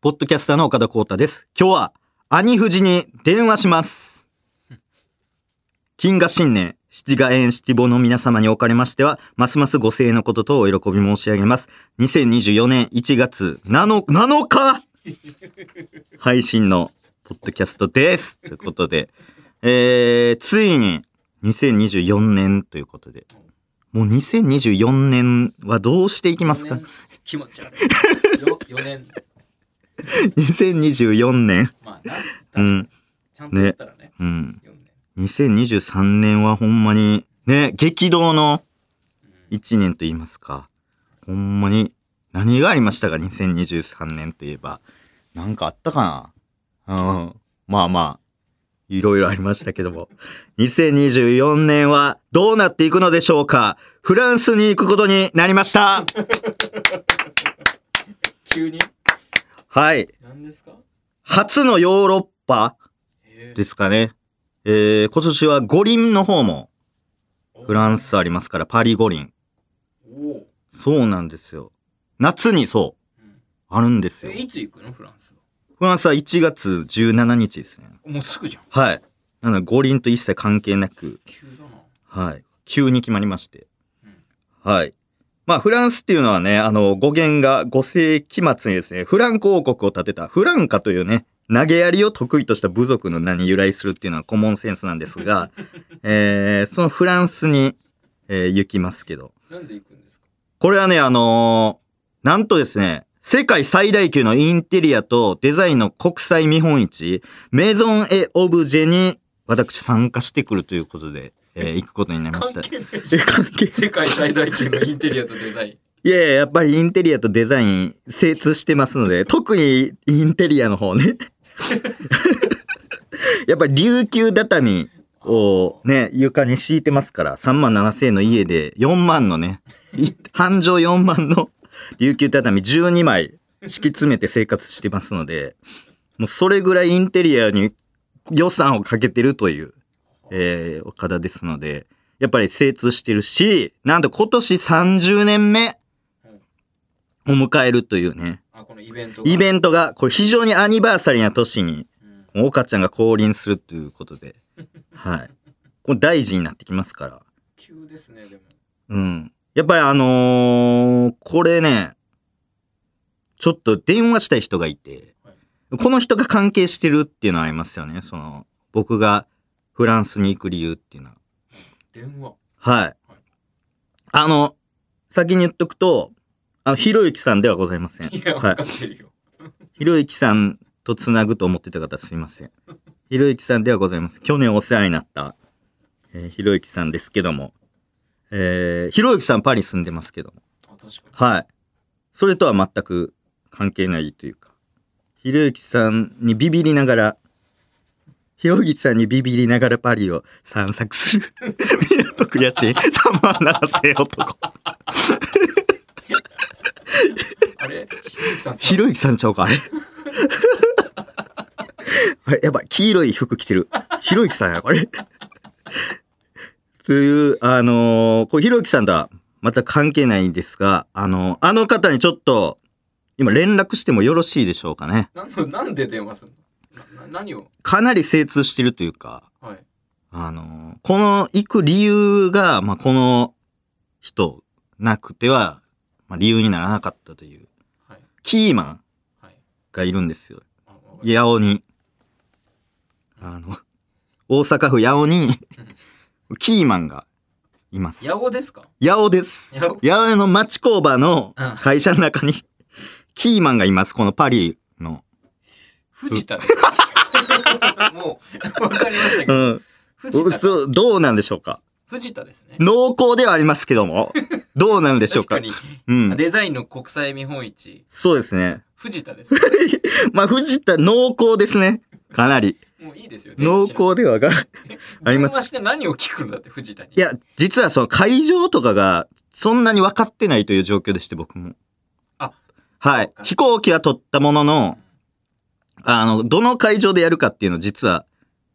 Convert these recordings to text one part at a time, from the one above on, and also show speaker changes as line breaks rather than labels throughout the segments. ポッドキャスターの岡田光太です。今日は、兄富士に電話します。金河新年、七賀園七坊の皆様におかれましては、ますますご声援のこととお喜び申し上げます。2024年1月7、7日 配信のポッドキャストです。ということで、えー、ついに2024年ということで、もう2024年はどうしていきますか
四年気持ち悪い。よ4年。
2024年。
まあな、
う
確かに
ん。
ちゃんと言ったらね、
うん。
4年。
2023年はほんまに、ね、激動の1年と言いますか。ほんまに、何がありましたか ?2023 年といえば。なんかあったかなうん。まあまあ、いろいろありましたけども。2024年はどうなっていくのでしょうかフランスに行くことになりました
急に
はい。
何ですか
初のヨーロッパ
え
ですかね。えー、今年は五輪の方もフランスありますから、パリ五輪。
おお、
そうなんですよ。夏にそう、
うん
あるんです
え、
よ。
いつ行くのフランスは。
フランスは1月17日ですね。
もうすぐじゃん。
はい。なので五輪と一切関係なく、
急だな。
はい。急に決まりまして
うん。
はい。まあ、フランスっていうのはね、あの、語源が5世紀末にですね、フランク王国を建てたフランカというね、投げやりを得意とした部族の名に由来するっていうのはコモンセンスなんです が、えー、そのフランスに、えー行きますけど、
なんで行くんですか
これはね、あのーなんとですね、世界最大級のインテリアとデザインの国際見本市、メゾン・エ・オブジェに私参加してくるということで、えー行くことになりました
関。係ないじゃ
え関係
ん。世界最大級のインテリアとデザイン。
いやいや、やっぱりインテリアとデザイン精通してますので、特にインテリアの方ね。 やっぱり琉球畳をね、床に敷いてますから、3万7千円の家で4万のね、い半畳4万の琉球畳12枚敷き詰めて生活してますので、もうそれぐらいインテリアに予算をかけてるという、えー岡田ですので、やっぱり精通してるし、なんと今年30年目を迎えるというね、
あ、このイベントが。
イ
ン
ベントが、これ非常にアニバーサリーな年に、
ト。
岡ちゃんが降臨するということで、はい。これ大事になってきますから。
急ですね、でも。
うん。やっぱりあのーこれね、ちょっと電話したい人がいて、
はい
この人が関係してるっていうのはありますよね。その、僕がフランスに行く理由っていうのは。
電話。
はい。あの、先に言っとくと、あの、ひろゆきさんではございません。
いや、
は
わ
い
か。ってるよ。
ひろゆきさんとつなぐと思ってた方すいません。ひろゆきさんではございます。去年お世話になった、えーひろゆきさんですけども。えーひろゆきさんパリ住んでますけども。
あ、確かに。
はい。それとは全く関係ないというか。ひろゆきさんにビビりながら、ひろゆきさんにビビりながらパリを散策する。 港区家賃3万7000男。
あれひろゆきさんって
ひろゆきさんちゃうかあれ あれやばい黄色い服着てるひろゆきさんやこれ というあのーこうひろゆきさんとはまた関係ないんですがあのーあの方にちょっと今連絡してもよろしいでしょうかね
なんのなんで電話すんのなな何を
かなり精通してるというか
はい。
あのーこの行く理由が、まあ、この人なくては、まあ、理由にならなかったという
はい。
キーマン
はい。
がいるんですよ
あわかりまし
八尾に、あの、大阪府八尾に、キーマンがいます。
た八尾ですか
八尾です。
八尾
八尾の町工場の
うん
会社の中に、キーマンがいます。このパリの。
藤田です もう、わかりましたけ
う
ど。
ん。
藤田か。
そうどうなんでしょうか
藤田ですね。
濃厚ではありますけど も、どうなんでしょう
確
か
かに。
うん。
デザインの国際見本市、
そうですね。
藤 田です。
まあ、藤田、濃厚ですね。かなり。
もういいですよ。
濃
電話し
厚ではが、
なくて
あります
電話して何を聞くんだって、藤田に。
いや、実はその会場とかがそんなに分かってないという状況でして、僕も。
あ
は
そ。
いう
か
飛行機は取ったもの
うん、
の、あの、どの会場でやるかっていうのを実は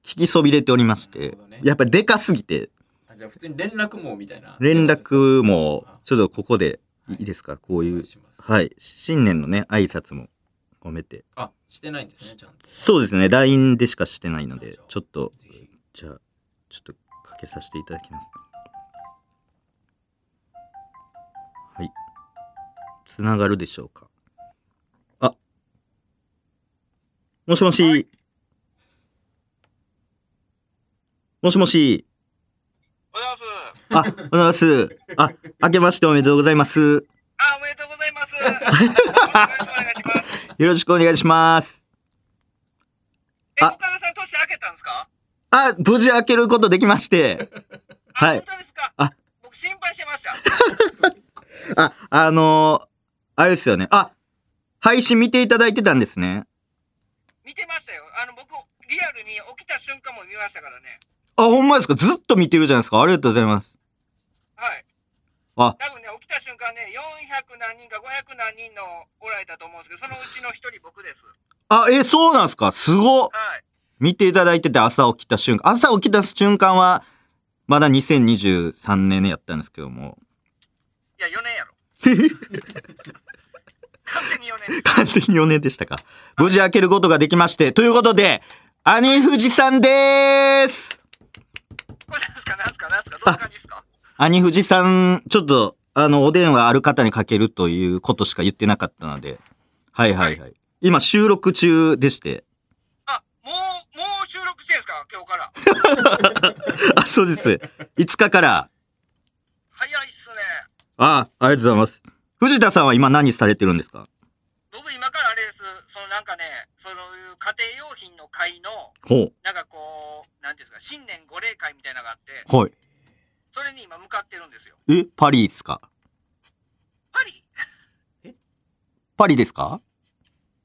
聞きそびれておりまし
なる
て
ほどね、
やっぱりでかすぎて、
あじゃあ、普通に連絡網みたいな。
連絡も、ちょっとここで
はい
いいですか、こう
お
い
願
う
い。します
はい。新年のね、挨拶も込めて。
あ、してないんですね、ちゃんと。
そうですね、LINE でしかしてないので、ちょっと、
ぜひ。
じゃあ、ちょっとかけさせていただきます。はい。つながるでしょうか。あ。もしもし。もしもし。
おはようございます。
あ、おはようございます。あ、明けましておめでとうございます。
あ、おめでとうござい ます。よろしくお願いします。
よろしくお願いします。
え、
あ
岡田さん年明けたんですか
あ、無事開けることできまして。
あ
はい
本当ですか
あ
僕心配してました。
あ、あのー、あれですよね。あ、配信見ていただいてたんですね。
見てましたよ。あの、僕、リアルに起きた瞬間も見ましたからね。
あ、ほんまですかずっと見てるじゃないですか。ありがとうございます。
はい。
あ
多分ね、起きた瞬間ね、400何人か500何人のおられたと思うんですけど、そのうちの一人僕です。
あ、え、そうなんですかすごっ
はい。
見ていただいてて朝起きた瞬間。朝起きた瞬間は、まだ2023年やったんですけども。
いや、4 年やろ。完全に4年です。
完全に4年でしたか。無事開けることができまして。ということで、兄藤さんでーす
これなんすかなんすかなんすかどんな感じですか
兄藤さん、ちょっと、あの、お電話ある方にかけるということしか言ってなかったので。はいはいはい。今収録中でして。
あ、もう、もう収録してるんですか今日から。
あ、そうです。5日から。
早いっすね。
あ、ありがとうございます。藤田さんは今何されてるんですか
僕今からあれです、そのなんかね、そういう家庭用品の会の、
ほ
なんかこう、なんていうんですか、新年御礼会みたいなのがあって、
う。はい。
それに今向かってるんですよ。
え、パリですか
パリ
パリですか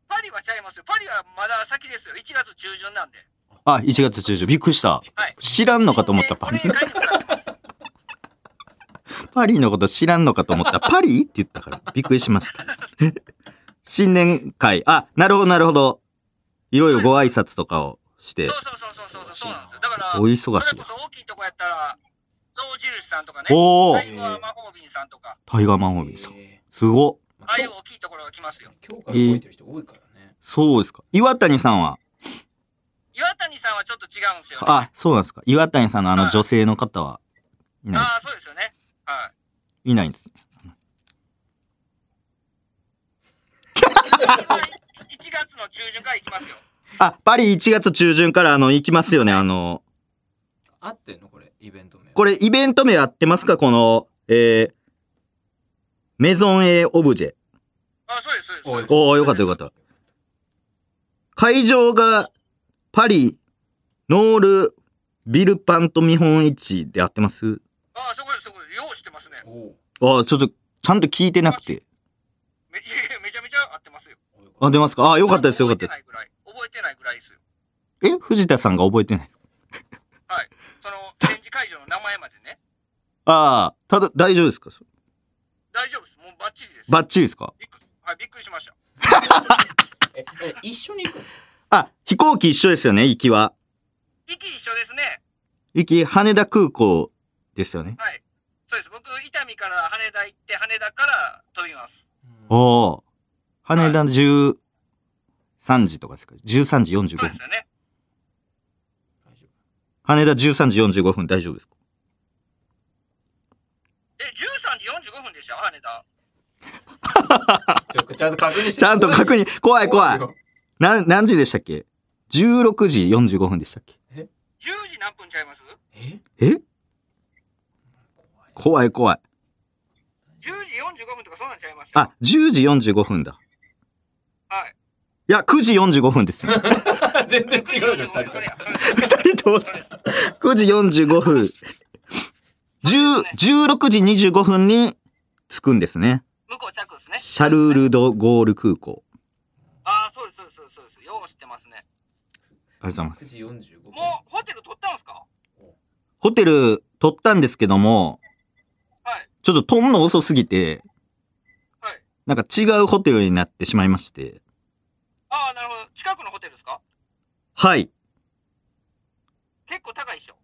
パリはちゃいますよ。パリはまだ先ですよ。1月中旬なんで。
あ、1月中旬。びっくりした。知らんのかと思 った、パリ。
新年御礼会に向かってます
パリのこと知らんのかと思った。パリって言ったから。びっくりしました。 新年会。あ、なるほど、なるほど。いろいろご挨拶とかを して。
そうそうそうそうそうそう、そうなんですよ。だから、
お忙し
そ
い
れ
わ
こ。そ大きいとこやったら、象印さんとかね、
おー
最後は魔法瓶さんとか、
タイガーマンホービーさん。
え
すご。
ーま
あ
あ
あい
今
う大きいところが来ますよ。
日今日から動いてる人多いからね。
そうですか。岩谷さんは
岩谷さんはちょっと違うんですよ、ね。
あ、そうなんですか。岩谷さんのあの女性の方はいないです
あー、そうですよね。はい。
いないんですね。
1月の中旬から行きますよ。
あ、パリ1月中旬からあの行きますよね。あの、
合ってんのこれ、イベント名。
こ
れ。
れイベント名合ってますかこの、えー、メゾンエオブジェ。
あ、そうです、そうです。
おい
おお、よかったよかった。会場がパリノールビルパント見本市で合ってます
あ、そこです、そこです。よう知ってますね。
おお
ああ、ちょっとちゃんと聞いてなくて。
めい やいやめちゃめちゃ合ってますよ。
あ、出ますかああ、よかったですよかったで
覚えてないぐらい。覚えてないぐらいですよ。
す。え藤田さんが覚えてないですか
その展示会場の名前までね。
ああ、ただ大丈夫ですか
大丈夫です。もうバッチリです。
バッチリですか
びっくりはい、びっくりしました。
え、え一緒に行くの
あ、飛行機一緒ですよね、行きは。
息一緒ですね。
行き、羽田空港ですよね。
はい。そうです。僕、伊丹から羽田行って、羽田から飛びます。
おお。羽田13時とかですか ?13 時45
そう
分
で。すよね。
大丈
羽田13時45分大丈夫ですか
え、13時45分でした羽田。
夫ちょちゃんと確認して。
ちゃんと確認。怖い怖い。
よ
な、何時でしたっけ ?16 時45分でしたっけ
10時何分ちゃいます
え
え
怖い。
怖い怖い。
?10 時45分とかそんなんちゃいました。
あ、10時45分だ。
はい。
いや、9時45分です。2
全然違うじゃん、
そ
2人と
れそれやそれそれ
人とも
それです。
9時45分。10、16時25分に着くんですね。
向こう着ですね。
シャルールド・ゴール空港。
ああ、そうです、そうです、そうです。よう知ってますね。
ありがとうございます。
9時45分。
もう、ホテル取ったんですか
ホテル取ったんですけども、
はい、
ちょっと飛んの遅すぎて、
はい。
なんか違うホテルになってしまいまして。
ああ、なるほど。近くのホテルですか
はい。
結構高いっしょ。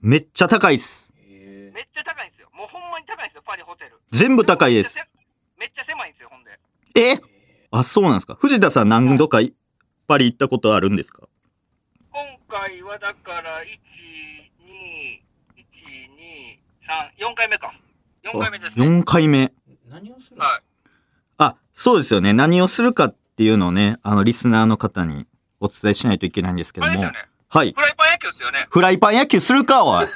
めっちゃ高いっす。
えー
めっちゃ高いんですよ。もうほんまに高いんですよ、パリホテル。
全部高いです。
めっちゃせ。めっちゃ狭いんですよ、ほんで。
えあ、そうなんですか。藤田さん何度かいパリ行ったことあるんですか
今回はだから、1、2、1、2、3、4回目か。4回目ですね。
4回目。
何をする
はい
あ、そうですよね。何をするかっていうのをね、あの、リスナーの方にお伝えしないといけないんですけ
あ
ど
れです
も
よ。ね。
はい。
フライパン野球ですよね。
フライパン野球するか、おい。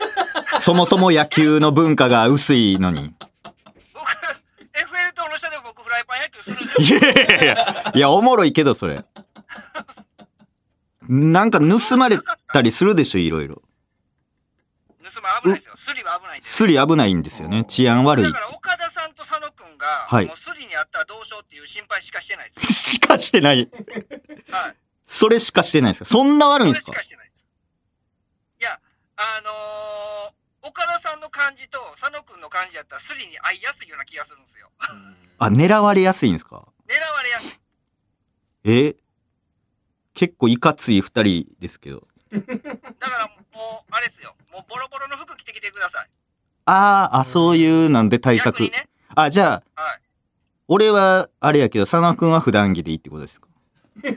そもそも野球の文化が薄いのに。
僕、FL 塔の下で僕フライパン野球するんですよ。
いやいやいや、いや、おもろいけど、それ。なんか盗まれたりするでしょ、いろいろ。
盗ま危ないですよ。スリは危ないんです。
スリ危ないんですよね。治安悪い
だか。ら岡田さんと佐野くんが、
はい
もうスリにあったらどうしようっていう心配しかしてないです。
しかしてない。
はい。
それしかしてないですかそんな悪いんです
そ
か
れしかしてないです。いや、あのー、岡田さんの感じと佐野くんの感じやったらスリに合いやすいような気がするんですよ。
あ、狙われやすいんですか
狙われやすい。
え結構いかつい二人ですけど。
だからもう、あれですよ。もうボロボロの服着てきてください。
あーあ、そういうなんで対
逆
策
に。ね。
あ、じゃあ、
はい。
俺はあれやけど、佐野くんは普段着でいいってことですか
佐野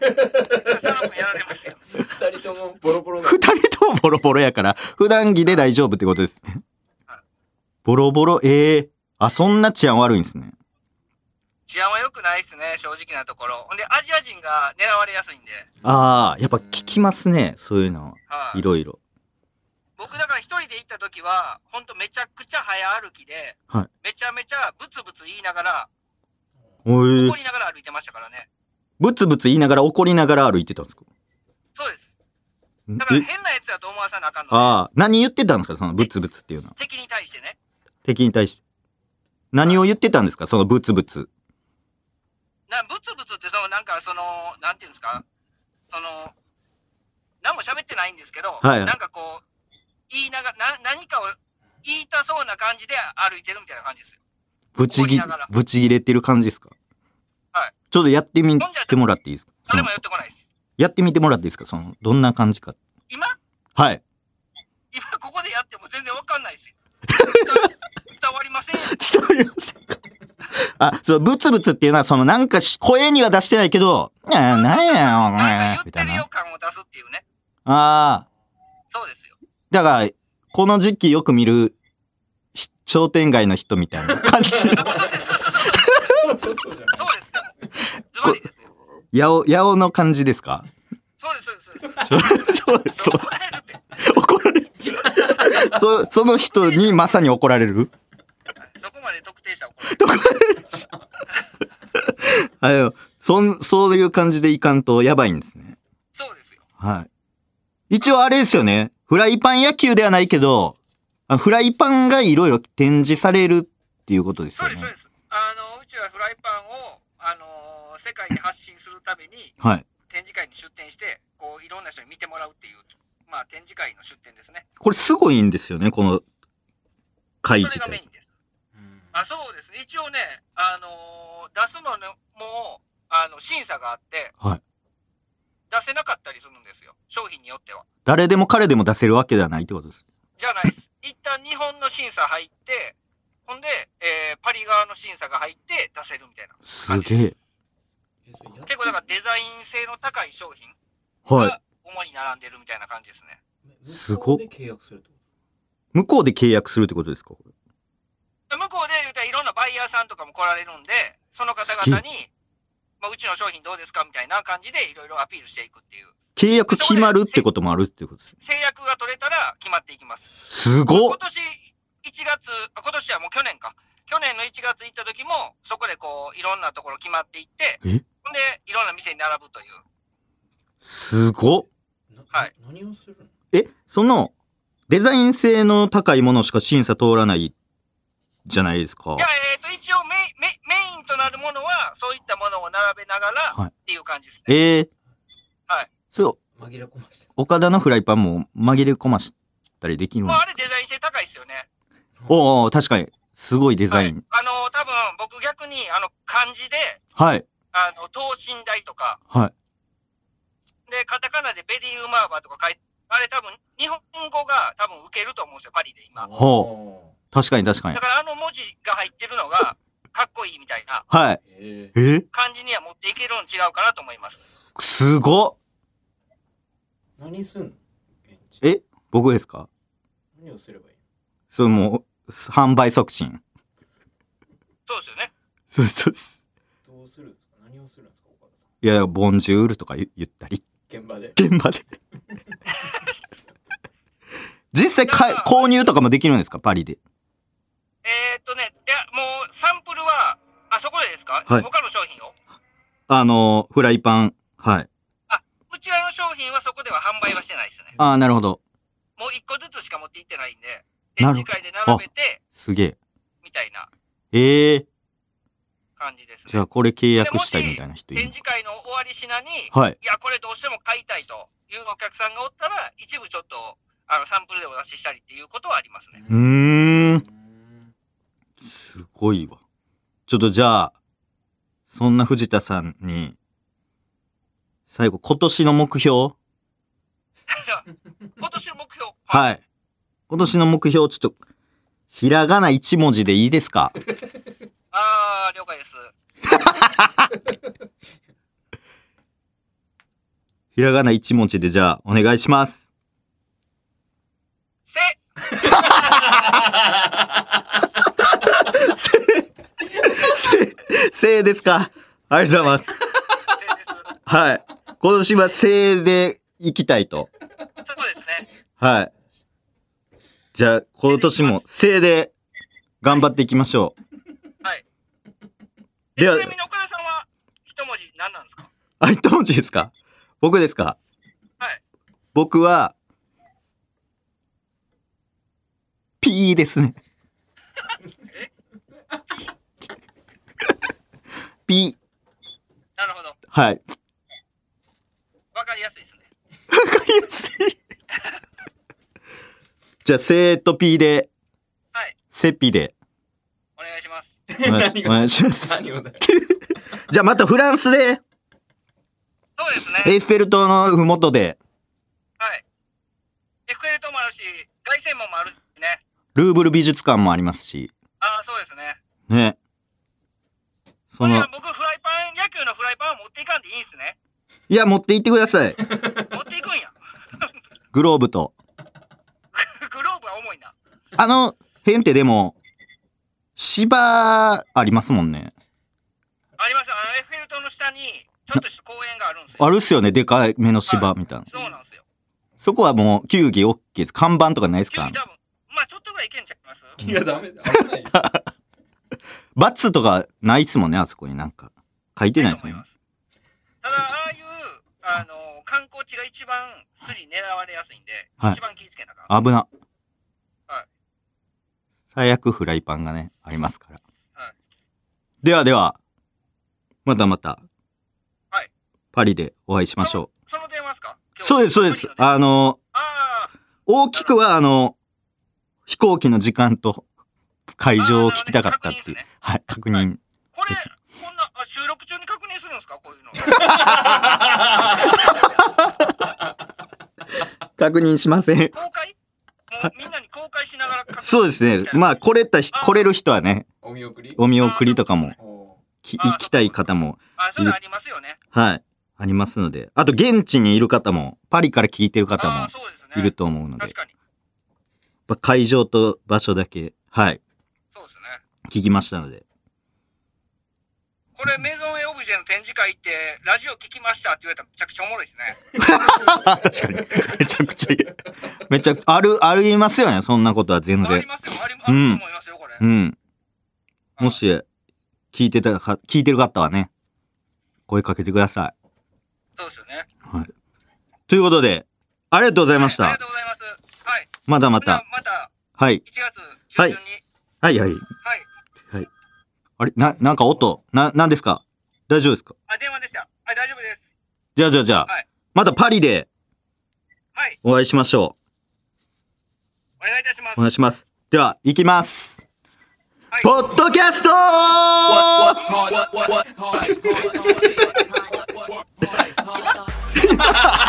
くんやられますよ。
二人ともボロボ ロな
二人ともボロボロやから、普段着で大丈夫ってことですね。ボロボロ、ええあ、そんな治安悪いんですね。
治安は良くないですね、正直なところ。ほんで、アジア人が狙われやすいんで。
ああ、やっぱ聞きますね、そういうのは。
はい
い。ろいろ。
僕だから一人で行った時は、ほんとめちゃくちゃ早歩きで、
はい
めちゃめちゃブツブツ言いながら、
おえ
怒りながら歩いてましたからね。
ぶつぶつ言いながら怒りながら歩いてたんですか
そうです。
ん
だから
え
変なやつだと思わさなあかんので、
ああ、何言ってたんですかそのブツブツっていうのは。
敵に対してね。
敵に対して。何を言ってたんですかそのブツブツ。
なブツブツってそのなんかそのなんていうんですかその何も喋ってないんですけど、
はい
なんかこう言いながらな何かを言いたそうな感じで歩いてるみたいな感じですよ
ブチギ
怒りながら、
ブチギレてる感じですか
はい。
ちょっとやってみてもらっていいですかそ
誰
の
も寄ってこないです
やってみてもらっていいですかその、どんな感じか。
今
はい。
今ここでやっても全然わかんないですよ 伝わりませんよ
伝わりませんかあ、そう、ブツブツっていうのは、その、なんかし、声には出してないけど、いや、なんや、お
な
前
ん、か
み
言
た
っ
い
てるよ
な。
感を出すっていうね
ああ、
そうですよ
だから、この時期よく見る、ひ商店街の人みたいな感 じ。
そうですそうです
そうそうそうじゃん
そうですズバリですよ
やお、やおの感じですか
そうですそうですそうです
そうそうですそう
怒られるって
怒られる。 そ、その人にまさに怒られる
そこまで特定者は怒られる
あの、そん、そういう感じでいかんとやばいんですね。
そうですよ
はい。一応あれですよね。フライパン野球ではないけど、あフライパンがいろいろ展示されるっていうことです
そう
よ
です、そう
ね。
です。あの、うちはフライパンを、あのー世界に発信するために、
はい。
展示会に出展して、こう、いろんな人に見てもらうっていう、まあ、展示会の出展ですね。
これすごいんですよね、この会
そ
自
れがメイ
体。
ンです。
うん
あ、そうですね。一応ね、あのー出すのねも、あの、審査があって、
はい
出せなかったりするんですよ。商品によっては。
誰でも彼でも出せるわけではないってことです。
じゃないです。一旦日本の審査入って、ほんで、えーパリ側の審査が入って出せるみたいな。
すげえ。
えそれやっ
結構だからデザイン性の高い商品
はい。
主に並んでるみたいな感じですね。
すごっ
向こうで契約するってこ
向こうで契約するってことですかこれ
で向こうで言うたらいろんなバイヤーさんとかも来られるんで、その方々に、まあ、うちの商品どうですかみたいな感じでいろいろアピールしていくっていう。
契約決まるってこともあるってことです。
制約が取れたら決まっていきます。
すご
今
っ
年1月、あ今年はもう去年か。去年の1月行った時も、そこでこう、いろんなところ決まっていって、
え
ほんで、いろんな店に並ぶという。
すごっ
とな
はい
何をするの
え、その、デザイン性の高いものしか審査通らないじゃないですか
いや。、えっ、と、一応メインメインメインとなるものは、そういったものを並べながら
はい
っていう感じですね。
えー、
はい。
そう、
紛れ込ませて
岡田のフライパンも紛れ込ましたりできるんで
まあ、あ
す
れデザイン性高いですよね。
おうおう、確かに。すごいデザイン。
はい、あの多分僕逆にあの漢字で
はい。
あの等身大とか
はい。
でカタカナでベリーウマーバーとか書いてあれ多分日本語が多分受けると思うんですよパリで今だ
ほ確かに確かに
か。らあの文字が入ってるのがかっこいいみたいな
はい。
え
え
感じには持っていけるん違うかなと思います。
すごっ
ー、何すんの現地
え僕ですか
何をすればいい
それもう、販売促 進。
そうですよね。
そうそうそう。
のどうするんですか何をするんですか岡田さん
いや、ボンジュールとか言言ったり、
現場で
現 場で。実際買い購入とかもできるんですかパリで。
えー、っとね、いや、もうサンプルは、あそこでですか、
はい
他の商品を
あの、フライパン。はい。
うちらの商品はそこでは販売はしてないですね。
ああ、なるほど。
もう一個ずつしか持って行ってないんで、
な
展
る
示会で並べて、
すげえ。
みたいな
ええ
感じです
じゃ
ね
あ。これ契約したいみたいな人い
展
る
示会の終わり品に、
はい。
いや、これどうしても買いたいというお客さんがおったら、一部ちょっとあのサンプルでお出ししたりっていうことはありますね。
うーん。すごいわ。ちょっとじゃあ、そんな藤田さんに、最後、今年の目標
今年の目標、
はい。今年の目標、ちょっと、ひらがな一文字でいいですか
あー、了解です。
ひらがな一文字でじゃあ、お願いします。
せ、
せ、せいですかありがとうございます。
せです。
はい。今年はせいでいきたいと。
そうですね。
はい。じゃあ、今年もせいで頑張っていきましょ
はい。
う。では
ちな、みに岡田さんは一文字何なんですか
あ、一文字ですか僕ですか
はい。
僕は、P ですね。P。
なるほど。
はい。
わかりやすいですね。
わかりやすい。じゃあ、生と P で、
はい。
セピで、
お願いします。
お願いお願いします。
何をだよ
じゃあ、またフランスで、
そうです
エ
ね。
ッフェル塔のふもとで、
はい。エクエルトもあるし、凱旋門もあるしね。
ルーブル美術館もありますし、
ああ、そうですね。
ね。そ
これ
の
は、僕、フライパン、野球のフライパンは持っていかんでいいんすね。
いや、持って行ってください。
持っていくんや。
グローブと。
グローブは重いな。
あの、ヘンテでも、芝ありますもんね。
あります。あの、エッフェル塔の下に、ちょっとした公園があるんですよ。
あるっすよね、でかい目の芝みたいな。
そうなんですよ。
そこはもう、球技 OK です。看板とかないです
急
か
に多分、まあちょっとぐらいいけんちゃいます
いやダメだ危ないよ
バッツとかないっすもんね、あそこになんか。書いてないです
と思
ね
いま。す。ただ、ああいう、あの、観光地が一番筋狙われやすいんで、
はい
一番気ぃつけなあかん。
危な。
はい
最悪フライパンがね、ありますから。
はい
ではでは、またまた、
はい
パリでお会いしましょ
その電話ですか
う。そうです、そうです。
あ
あの、
あー、
大きくはあの飛行機の時間と会場を聞きたかったっていう、はい確認、
認これ
で、
こんな、あ収録中に確認するんですかこ ういうの。
確認しません
公開もうみんなに公開しながら確認
そうですねまあ来れた人来れる人はね
お見送り
お見送りとかも
お
き行きたい方も
あ、そういうのありますよね。
はいありますのであと現地にいる方もパリから聞いてる方
あ
も
あー、そうですね。
いると思うので
確、かに。
まあ会場と場所だけはい
そうですね。
聞きました ので
これ、メゾンエオブジェの展示会行って、ラジオ聞きましたって言われたらめちゃくちゃおもろいですね。
確かにめちゃくちゃいいめちゃあるありますよねそんなことは全
あ
然
りますよ、ありあると思いますよ、これ。
うん。もし、聞いてたか、聞いてる方はね、声かけてください。
そうですよね。
はい。ということで、ありがとうございまし
はいあ
た
りがと。うございます。はい。
まだま
じゃあ
た。
また
はい。
1月中旬に。
はいはい。
はい。
あれな、なんか音、な、なんですか大丈夫ですか
あ、電話でした。はい、大丈夫です。
じゃあじゃあじゃあ、
はい
またパリで
はい。
お会いしましょ
お願いいたします。
う。お願いします。では、行きます。
はい
ポッドキャスト
オープニング俺オー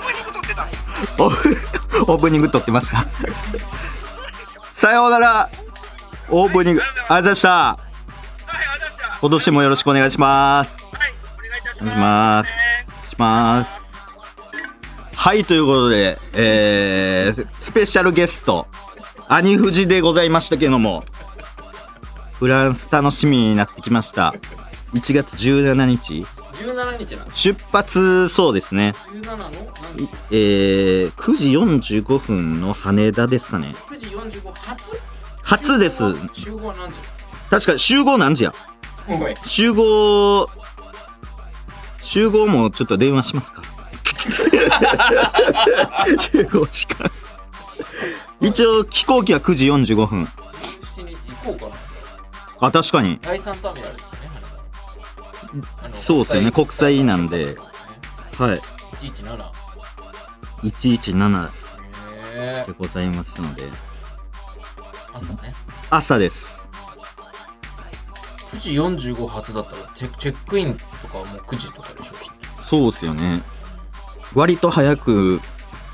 プニング撮ってたの。
オープオープニング撮ってました。さようなら。おオープニング、ありがとうございました。
はい、ありがとうございました。
今年もよろしくお願いします。
はい、お願いいたし
お願いしま
ますす。
します。はい、ということで、えー、スペシャルゲスト、アニフジでございましたけども、フランス楽しみになってきました。1月17日、
17日な
出発、そうですね、
17の何
いえー、9時45分の羽田ですかね。
9時45初
初です。
集合は何時
確か集合何時や
おい
集合、集合もちょっと電話しますか 集合時間。一応飛行機は9時45分。
7日行こうかな
あ、確かに。
第3ターミナルですよね羽田の
そうですよね国際なんではい。
117
117
へえ
でございますので。
朝ね
朝です。
9時45発だったらチェチェックインとかはもう9時とかでしょきっと
そうですよね。割と早く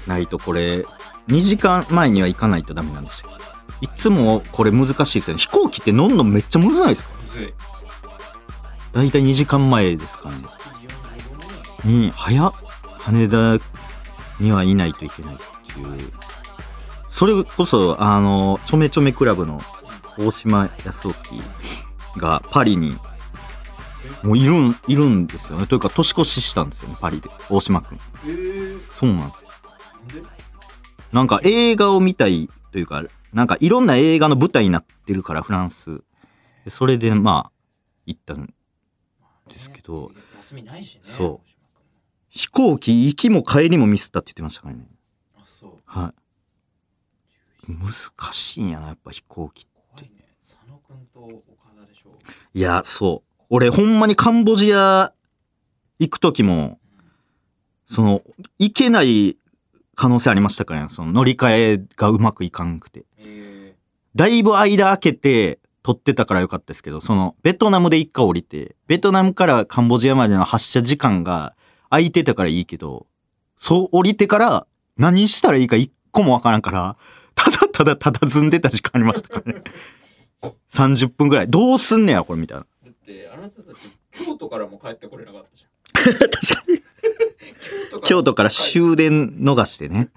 ないとこれ、2時間前には行かないとダメなんでしたっけいつもこれ難しいですよね。飛行機って乗んのめっちゃむずないですか
むずい
だいたい2時間前ですかね。
7時45分に
に早っ羽田にはいないといけないっていうそれこそあのちょめちょめクラブの大島康興がパリにもういるんいるんですよねというか年越ししたんですよねパリで大島君
えー、
そうなんです
なんで
なんか映画を見たいというかなんかいろんな映画の舞台になってるからフランスでそれでまあ行ったんですけど
ね休みないしね
そう
大島
飛行機行きも帰りもミスったって言ってましたからね
君あそう
はい。難しいんやな、やっぱ飛行機。
怖いね佐野くんと岡田でしょ
いや、そう。俺、ほんまにカンボジア行くときも、その、行けない可能性ありましたからね。その乗り換えがうまくいかんくて。
え
だいぶ間空けて撮ってたからよかったですけど、その、ベトナムで一回降りて、ベトナムからカンボジアまでの発車時間が空いてたからいいけど、そう降りてから何したらいいか一個もわからんから、ただただただずんでた時間ありましたからね。30分ぐらい。どうすんねや、これみたいな。
ー、だってあなたたち京都からも帰ってこれなかったじゃん
確かに。
京都
京都から終電逃してね。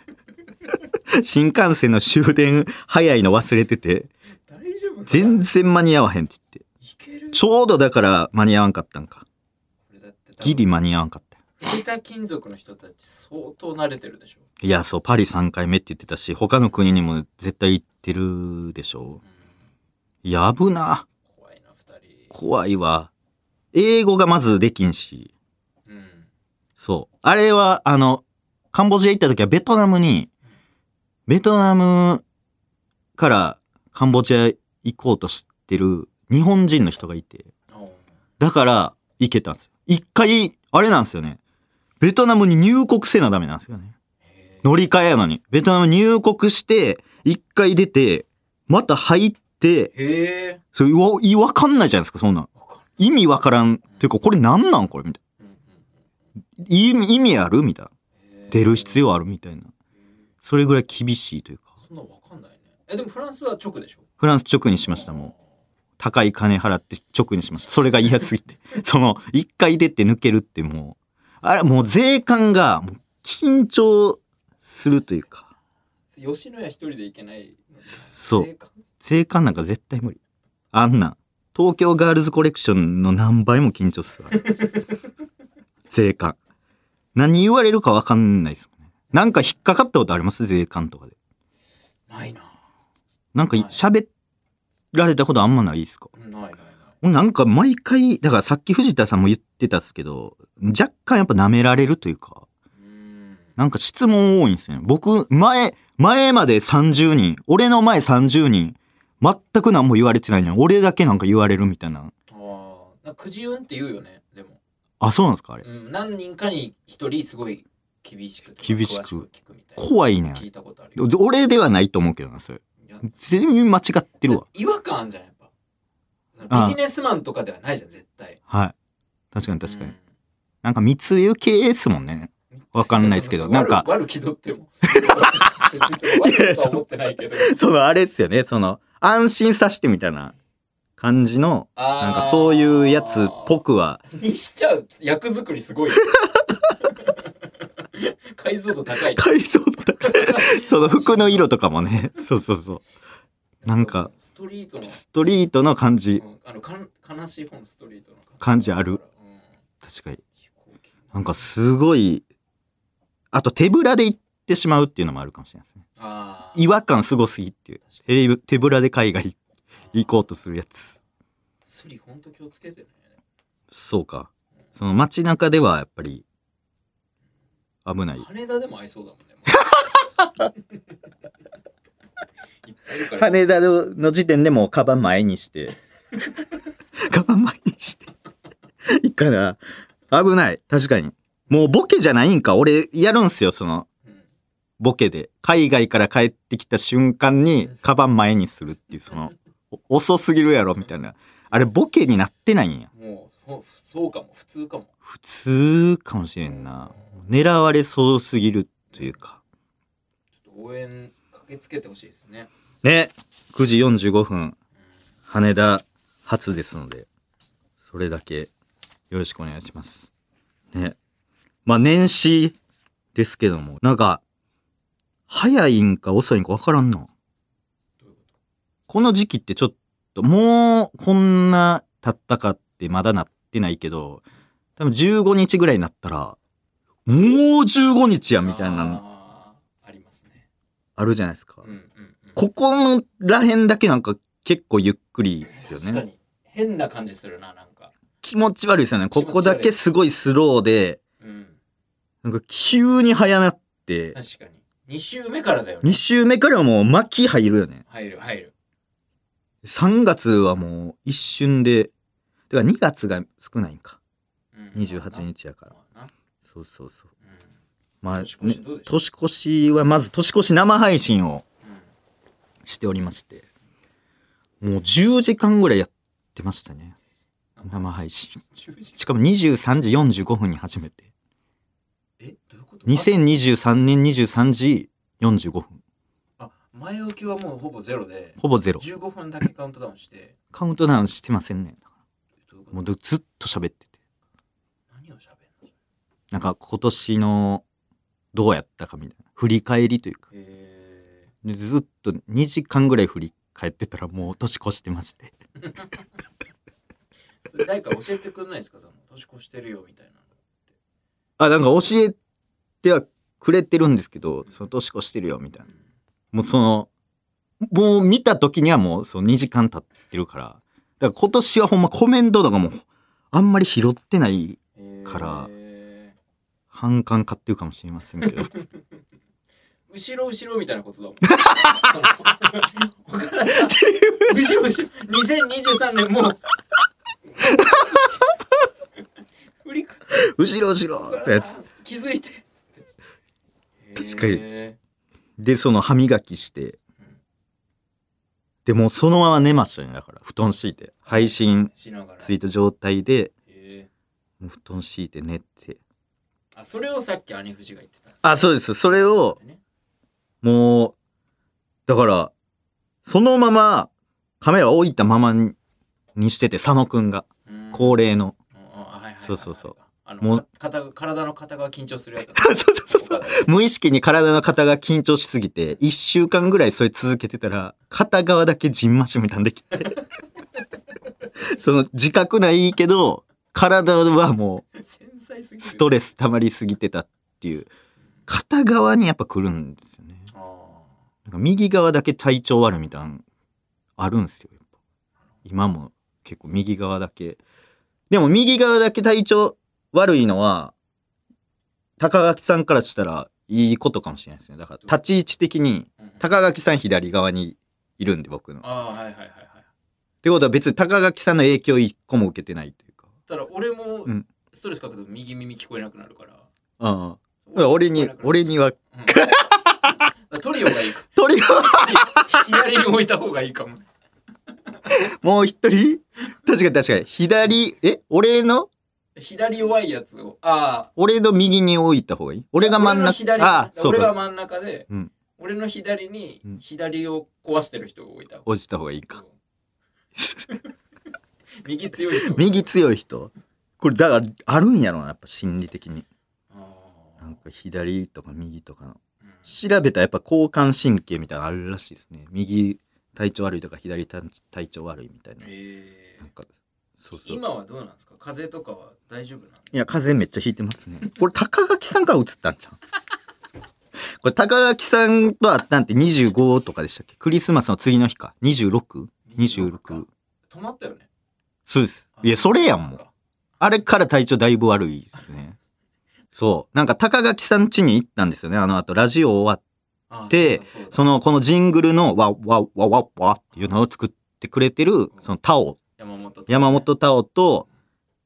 新幹線の終電早いの忘れてて、
大丈夫か
全然間に合わへんって言って。
いける
ちょうどだから間に合わんかったんか。
これだって
ギリ間に合わんかった。
藤田金属の人たち相当慣れてるでしょ
いや、そう、パリ3回目って言ってたし、他の国にも絶対行ってるでしょ
う。ん
いやぶな。
怖いな二人
怖いわ。英語がまずできんし。
うん
そう。あれは、あの、カンボジア行った時はベトナムに、ベトナムからカンボジア行こうとしてる日本人の人がいて、
おう
だから行けたんですよ。一回、あれなんですよね。ベトナムに入国せなダメなんですよね。
へー
乗り換えやのに。ベトナム入国して、一回出て、また入って、
へえ
そううわ、いわかんないじゃないですか、そんなん。
わか
意味わからん。ていうか、これなんなんこれみたい
る、うんうん
な。意味、意味あるみたいな。
へー
出る必要あるみたいな。それぐらい厳しいというか。
そんなわかんないねえでもフランスは直でしょ
フランス直にしました、もう。高い金払って直にしました。それが嫌すぎて。 その、一回出て抜けるってもう、あれ、もう税関が、もう緊張するというか。
吉野家一人で行けないので
そう
税関
税関なんか絶対無理あんなん東京ガールズコレクションの何倍も緊張するわ 税関何言われるか分かんないですもんねなんか引っかかったことあります税関とかで
ないな
なんか
はい
喋られたことあんまないですか
うんないないない
俺なんか毎回だからさっき藤田さんも言ってたっすけど若干やっぱ舐められるというか
うん
なんか質問多いんですよね。僕、前、前まで30人、俺の前30人、全く何も言われてないのに、俺だけなんか言われるみたいな。
あーなんかくじ運って言うよねでも、
あ、そうなんですかあれ。
うん、何人かに一人すごい厳しく
厳しく
詳聞くみたいな
怖いねんあ
聞
れ
いたことあるよ
で俺ではないと思うけどな、それ。
いや
全員間違ってるわ。
違和感あんじゃんやっぱそ
あ
のビジネスマンとかではないじゃん絶対
はい。確かに確かに。なんか密輸系ですもんね。
う
わかんないですけど
そうそう
なんか
悪悪気取っても別にその悪いとは思ってないけど
そのあれっすよね、その、安心させてみたいな感じの、
あー
なんかそういうやつっぽくは、
にしちゃう役作りす ごい。解像度高い。
解像度高い。 その服の色とかもね、 そうそうそう。なんか、
ストリートの、
ストリートの感じ
う、んあのかん悲しい方のストリートの
感じある
うん
確かに。
飛行機
なんかすごい、あと手ぶらで行ってしまうっていうのもあるかもしれないですね。
あー
違和感すごすぎっていう。テレビ手ぶらで海外行こうとするやつ。
スリ本当気をつけてね。
そうか。その街中ではやっぱり、危ない。
羽田でも合いそうだもん ね。いっぱいいるから
羽田の時点でもうカバン前にして。 カバン前にして。いいかな。危ない。確かに。もうボケじゃないんか。俺やるんすよ、その、
うん
ボケで。海外から帰ってきた瞬間に、カバン前にするっていう、その、お遅すぎるやろ、みたいな。あれ、ボケになってないんや。
もうほそうかも普通かも。
普通かもしれんな。狙われそうすぎるというか。
ちょっと応援駆けつけてほしいですね。
ね、9時45分、羽田発ですので、それだけよろしくお願いします。ね。まあ、年始ですけども、なんか、早いんか遅いんかわからんな。
どういうこ
この時期ってちょっと、もうこんな経ったかってまだなってないけど、多分15日ぐらいになったら、もう15日や
と
みたいなの
あーありますね。
あるじゃないですか
うん。うんうん。
ここのらへんだけなんか結構ゆっくりですよ
確か
ね。
に変な感じするななんか。
気持ち悪いですよね。
気
こ
持ち悪い
こだけすごいスローで、
うん。
なんか急に早なって、
確かに。二週目からだよね。
2週目からはもう巻き入るよね。
入る入る。
3月はもう一瞬で、てか2月が少ないんか。
うん
28。日やから。
まあな
そうそうそう。
うん
まあ、ね
年越しどうでした
年越しはまず年越し生配信を
うん
しておりまして、もう10時間ぐらいやってましたね。生配信。
10時
しかも23時45分に始めて。
えどういうこと
2023年23時45分
あ前置きはもうほぼゼロで
ほぼゼロ
15分だけカウントダウンして
カウントダウンしてませんね
どういうこ
も
と
うずっと喋ってて
何を喋るの
なんか今年のどうやったかみたいな振り返りというか
え
でずっと2時間ぐらい振り返ってたらもう年越してまして
ー、それ誰か教えてくんないですかその年越してるよみたいなの
あなんか教えてはくれてるんですけどその年越してるよみたいな
うん
もうそのもう見た時にはもうその2時間経ってるからだから今年はほんまコメントとかもあんまり拾ってない
えー
から反感買ってるかもしれませんけ ど
後ろ後ろみたいなことだもん わからんな後ろ後ろ2023 年もう振り返
後ろ後ろってやつ
気づいて
確かに
え
でその歯磨きしてでもうそのまま寝ましたねだから布団敷いて配信
ーしながら
ついた状態で
え
もう布団敷いて寝て
ーあそれをさっき兄藤が言ってたんです
あそうですそれを
ね
もうだからそのままカメラを置いたままにしてて佐野くんが
うん
恒例の
うんうんあはいはいはい
そうそうそう
あの
もう
か肩が体の肩が緊張するやつ だ
そうそうそうそう
岡田
無意識に体の肩が緊張しすぎて1週間ぐらいそれ続けてたら片側だけじんましみたいなんできて その自覚ないけど体はもう
繊細すぎる
ストレス溜まりすぎてたっていう片側にやっぱ来るんですよね
あー
なんか右側だけ体調悪いみたいなのあるんですよやっぱ今も結構右側だけでも右側だけ体調悪いのは高垣さんからしたらいいことかもしれないですねだから立ち位置的に
うんうん
高垣さん左側にいるんで僕の。っ
あーはいはいはいはい
てことは別に高垣さんの影響一個も受けてないというか。
ただ俺も
うん
ストレスかくと右耳聞こえなくなるから
ああ俺に俺には
うんだからトリオがいいか
鳥が
左に置いた方がいいかも
もう一人 確かに確かに左え俺の
左弱いやつをああ
俺の右に置いた方がいい俺が真ん
俺の
中
左
ああそう
俺が
か
真ん中で、
うん
俺の左に
うん
左を壊してる人がいた、
落ちた方がいいか。
右強い人
右強い人。これだから、あるんやろな、やっぱ心理的に。
あー
なんか左とか右とかの。
うん
調べたらやっぱ交感神経みたいなのあるらしいですね。右体調悪いとか左体体調悪いみたいな。
え
なんか、そうそう。
今はどうなんですか風邪とかは大丈夫なんですか
いや、風邪めっちゃひいてますね。これ、高垣さんから映ったんちゃう これ、高垣さんと会ったんって25とかでしたっけクリスマスの次の日か。26?26
か止まったよね
そうです。いや、それやん、もう。あれから体調だいぶ悪いですね。そう。なんか、高垣さん家に行ったんですよね。あの後、ラジオ終わって、で
あーそうだ
そ
そうだ
の、このジングルの、わ、わ、わ、わ、わっていうのを作ってくれてる、その、タオ、
山本とね
山本太郎と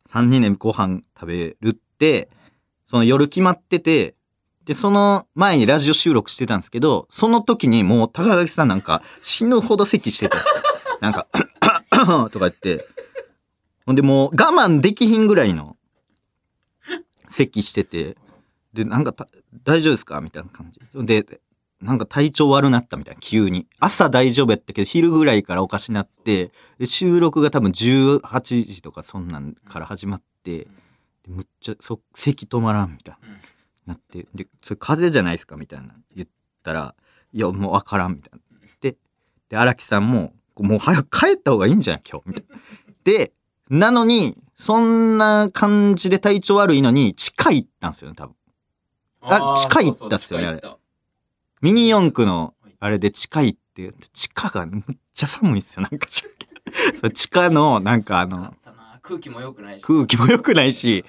3人でご飯食べるって、その夜決まってて、で、その前にラジオ収録してたんですけど、その時にもう高垣さんなんか死ぬほど咳してたんです。 なんか、 とか言って。ほんでもう我慢できひんぐらいの咳してて、で、なんかた大丈夫ですかみたいな感じ。で、なんか体調悪なったみたいな、急に。朝大丈夫やったけど、昼ぐらいからおかしなって、で収録が多分18時とかそんなんから始まって、でむっちゃそ咳止まらんみたいな、
うん
なってでそれ風邪じゃないですかみたいな言ったら「いやもう分からん」みたいなでで荒木さんも「もう早く帰った方がいいんじゃない今日」みたいな。でなのにそんな感じで体調悪いのに地下行ったんですよね多分あ
ー
近い
そうそう
だっすよね
近いだ
ミニ四駆のあれで地下行って地下がむっちゃ寒いんですよなんか知らん けどそう地下のなんかあ
よ
の
かったな空気も良くないし
空気も良くないし、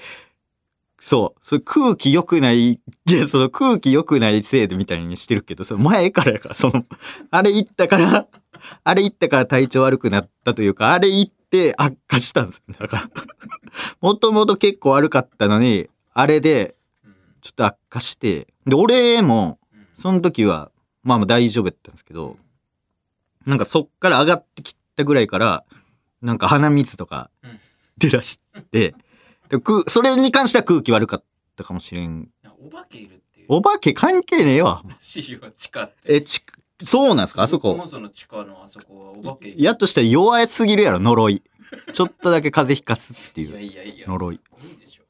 そう、それ空気良くない、いや、その空気良くないせいでみたいにしてるけど、その前からやから、その、あれ行ったから、あれ行ったから体調悪くなったというか、あれ行って悪化したんですよ。だから、もともと結構悪かったのに、あれで
うん
ちょっと悪化して、で、俺も、
うん
その時は、まあまあ大丈夫やったんですけど、なんかそっから上がってきたぐらいから、なんか鼻水とか
うん
出だして、でくそれに関しては空気悪かったかもしれん。
いやお化けいるっていう
お化け関係ねえわ。
らしいよ地下って
え、ち、そうなんですかあそ
僕も
こ。
その地下のあそこはお化けいる
やっとしたら弱すぎるやろ、呪い。ちょっとだけ風邪ひかすってい。
いうやいやいや
呪い
すごいでしょ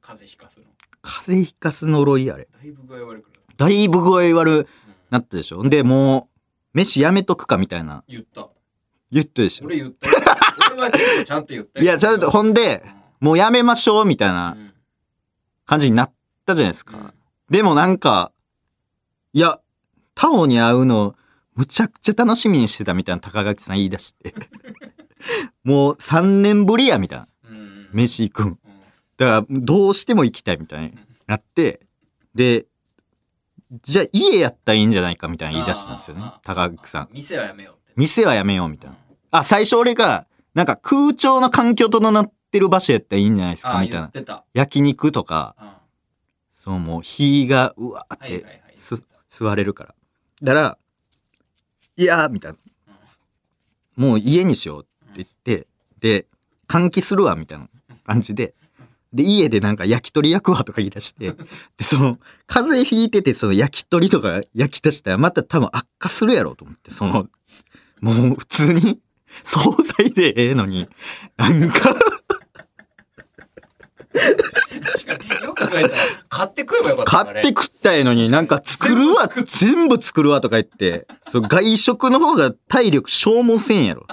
風邪ひかすの
風邪ひかす呪いあれ。
だいぶ具合悪くなる、
だいぶ具合悪
うん
なったでしょ。んで、もう、飯やめとくかみたいな。
言った
言ったでしょ。
俺言ったよ俺は結構ちゃんと言ったよ
いや、ちゃんと、ほんで、もうやめましょうみたいな
うん
感じになったじゃないです
う
か。
ん
でもなんか、いや、タオに会うの、むちゃくちゃ楽しみにしてたみたいな高垣さん言い出 して。もう3年ぶりや、みたいな。
うん
飯行くん。
うん
だから、どうしても行きたい、みたいになって、で、じゃあ家やったらいいんじゃないか、みたいな言い出したんですよね
あー。
高垣さん。
店はやめようって
店はやめよう、みたいな
う。ん
あ、最初俺が、なんか空調の環境整ってる場所やったらいいんじゃないですか、
あ
みたい
言っ
な。
てた
焼肉とか、
うんは
そのもう火が、うわーっ
いはい
て
は、い
す
言ってた
座れるから。だから、いやーみたいな。もう家にしようって言って、で、換気するわ、みたいな感じで。で、家でなんか焼き鳥焼くわとか言い出して、で、その、風邪ひいてて、その焼き鳥とか焼き出したら、また多分悪化するやろうと思って、その、もう普通に、惣菜でええのに、なんか、
確かによく考えたら買ってくればよかった
買って食ったやのになんか作るわ、全部作るわとか言って、そう外食の方が体力消耗せんやろ。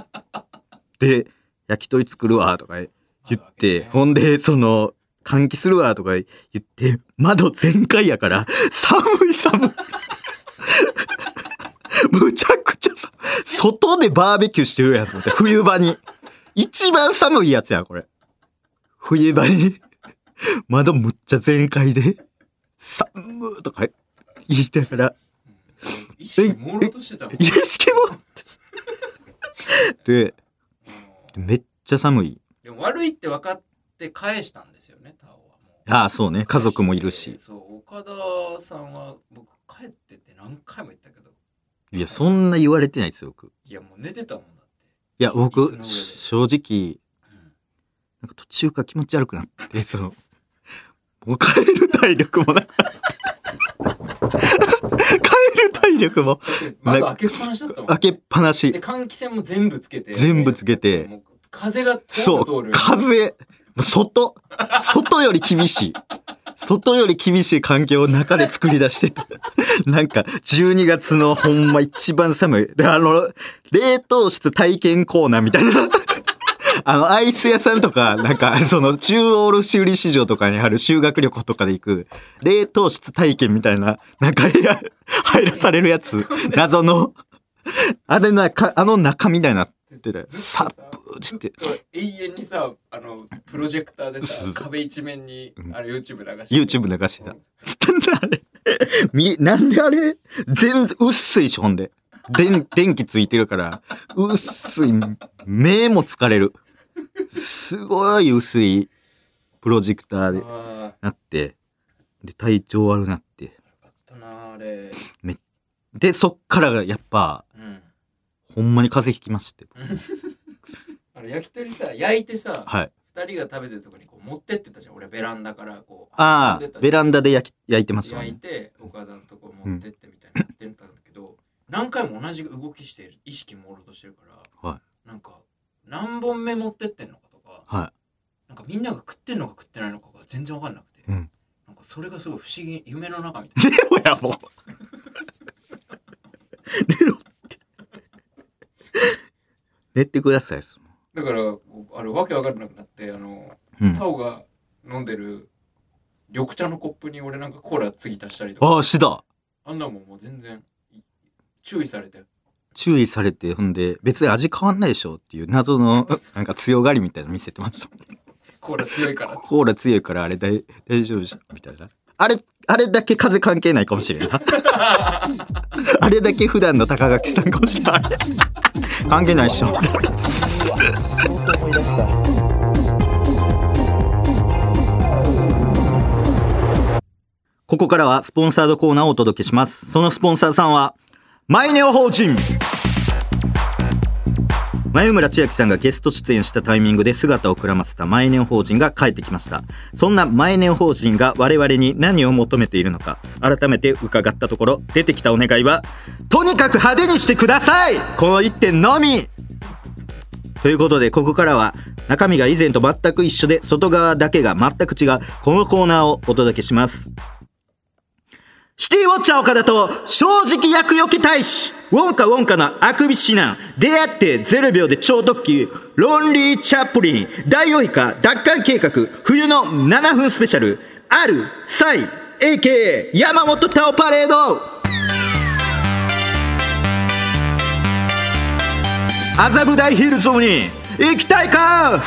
で、焼き鳥作るわとか言って、
あるわけね
ほんで、その、換気するわとか言って、窓全開やから、寒い寒い。 むちゃくちゃさ、外でバーベキューしてるやつ思って、冬場に。一番寒いやつや、これ。冬場に、窓むっちゃ全開で、寒ーとか言いながら、
意識朦朧としてたもん
意識もで、
うん
めっちゃ寒い。
でも悪いって分かって返したんですよねタオはもう
ああ、そうね。家族もいるし。
そう岡田さんは僕帰ってって何回も言ったけど
いや、そんな言われてないですよ、僕。
いやもう寝てたもんだっ
いや、
椅子
僕
の、上で
正直、
て、うん
なんか途中から気持ち悪くなって、その、もう帰る体力もなくなって。帰る体体力も
窓開けっぱなしだったもん。
開けっぱなし
で、。換気扇も全部つけて。
全部つけて
もう風が
そ
通
う
る。、通る。
風、外、外より厳しい。外より厳しい環境を中で作り出してた。 なんか、12月のほんま一番寒い。で、あの、冷凍室体験コーナーみたいな。 あの、アイス屋さんとか、なんか、その、中央卸売市場とかにある修学旅行とかで行く、冷凍室体験みたいな、なんか部屋、入らされるやつ、謎の、あれな、かあの中みたいになってたよ。さっぷーって。
永遠にさ、あの、プロジェクターで
そうそう
さ、壁一面に、あれ YouTube 流して。
YouTube 流してた。あれみ、なんであれ全然、薄いし、ほんで。電、電気ついてるから、薄い、目も疲れる。すごい薄いプロジェクターで
あ
なって、で、体調悪なって。
あ、よかったな、あれ。
で、そっからがやっぱ、
うん。
ほんまに風邪ひきまして。
あれ、焼き鳥さ、焼いてさ、
はい。
二人が食べてるとこにこう持ってってたじゃん。俺、ベランダからこう。
ああ、
運んでたじゃ
ベ
ん
ランダで焼き、焼いてますよ
焼い
ね。
て岡田のとこ持ってってみ たいになってるんだけど、何回も同じ動きしてる意識もろうとしてるから、
は
なんか何本目持ってってんのかとか、
は
なんかみんなが食ってんのか食ってないのかが全然わかんなくて、
うん
なんかそれがすごい不思議夢の中みたい
い。でもやもう。寝ろって。寝てください。
なだからあれわけわかんなくなってあの
うん。
タオが飲んでる緑茶のコップに俺なんかコーラ継ぎ足したりとか
ああ、しだ。
あんなもんもう全然い注意されて
注意されて、ほんで、別に味変わんないでしょっていう謎の、なんか強がりみたいなの見せてました。
コーラ強 いからって
コーラ強いからあれ大大丈夫じゃん、みたいな。あれ、あれだけ風関係ないかもしれ んな。あれだけ普段の高垣さんかもしれない。関係ないっしょ。ここからはスポンサードコーナーをお届けします。そのスポンサーさんは、マイネオ法人前村千秋さんがゲスト出演したタイミングで姿をくらませたマイネオ法人が帰ってきました。そんなマイネオ法人が我々に何を求めているのか、改めて伺ったところ、出てきたお願いは、とにかく派手にしてくださいこの一点のみということで、ここからは、中身が以前と全く一緒で、外側だけが全く違う、このコーナーをお届けします。シティウォッチャー岡田と正直厄除け大使ウォンカウォンカのあくび指南出会って0秒で超特急ロンリーチャップリンダイオイカ奪還計画冬の7分スペシャルあるサイ AKA 山本タオパレード麻布台ヒルズに行きたいか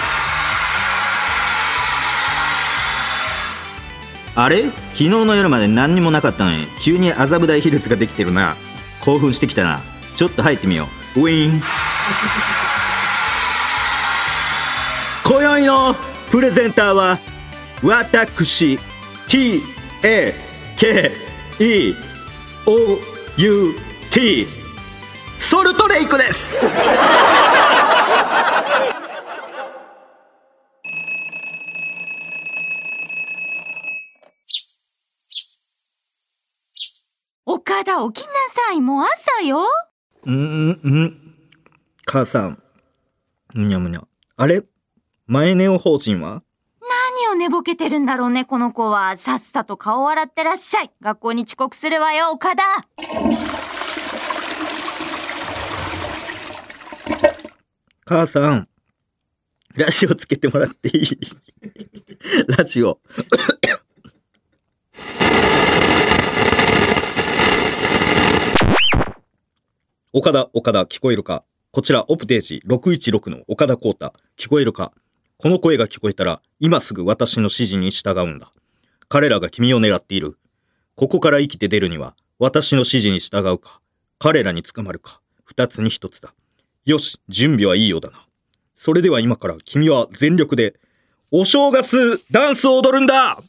あれ昨日の夜まで何にもなかったのに急に麻布台ヒルズができてるな興奮してきたなちょっと入ってみようウィー ン今宵のプレゼンターは私 TAKEOUT ソルトレイクです
岡田起きなさいもう朝よ
うんうん母さんむにゃむにゃあれ前ネオ法人は
何を寝ぼけてるんだろうねこの子はさっさと顔を洗ってらっしゃい学校に遅刻するわよ岡田
母さんラジオつけてもらっていい ラジオ岡田岡田聞こえるかこちらオプテージ616の岡田光太聞こえるかこの声が聞こえたら今すぐ私の指示に従うんだ彼らが君を狙っているここから生きて出るには私の指示に従うか彼らに捕まるか二つに一つだよし、準備はいいようだな。それでは今から君は全力で、お正月ダンスを踊るんだ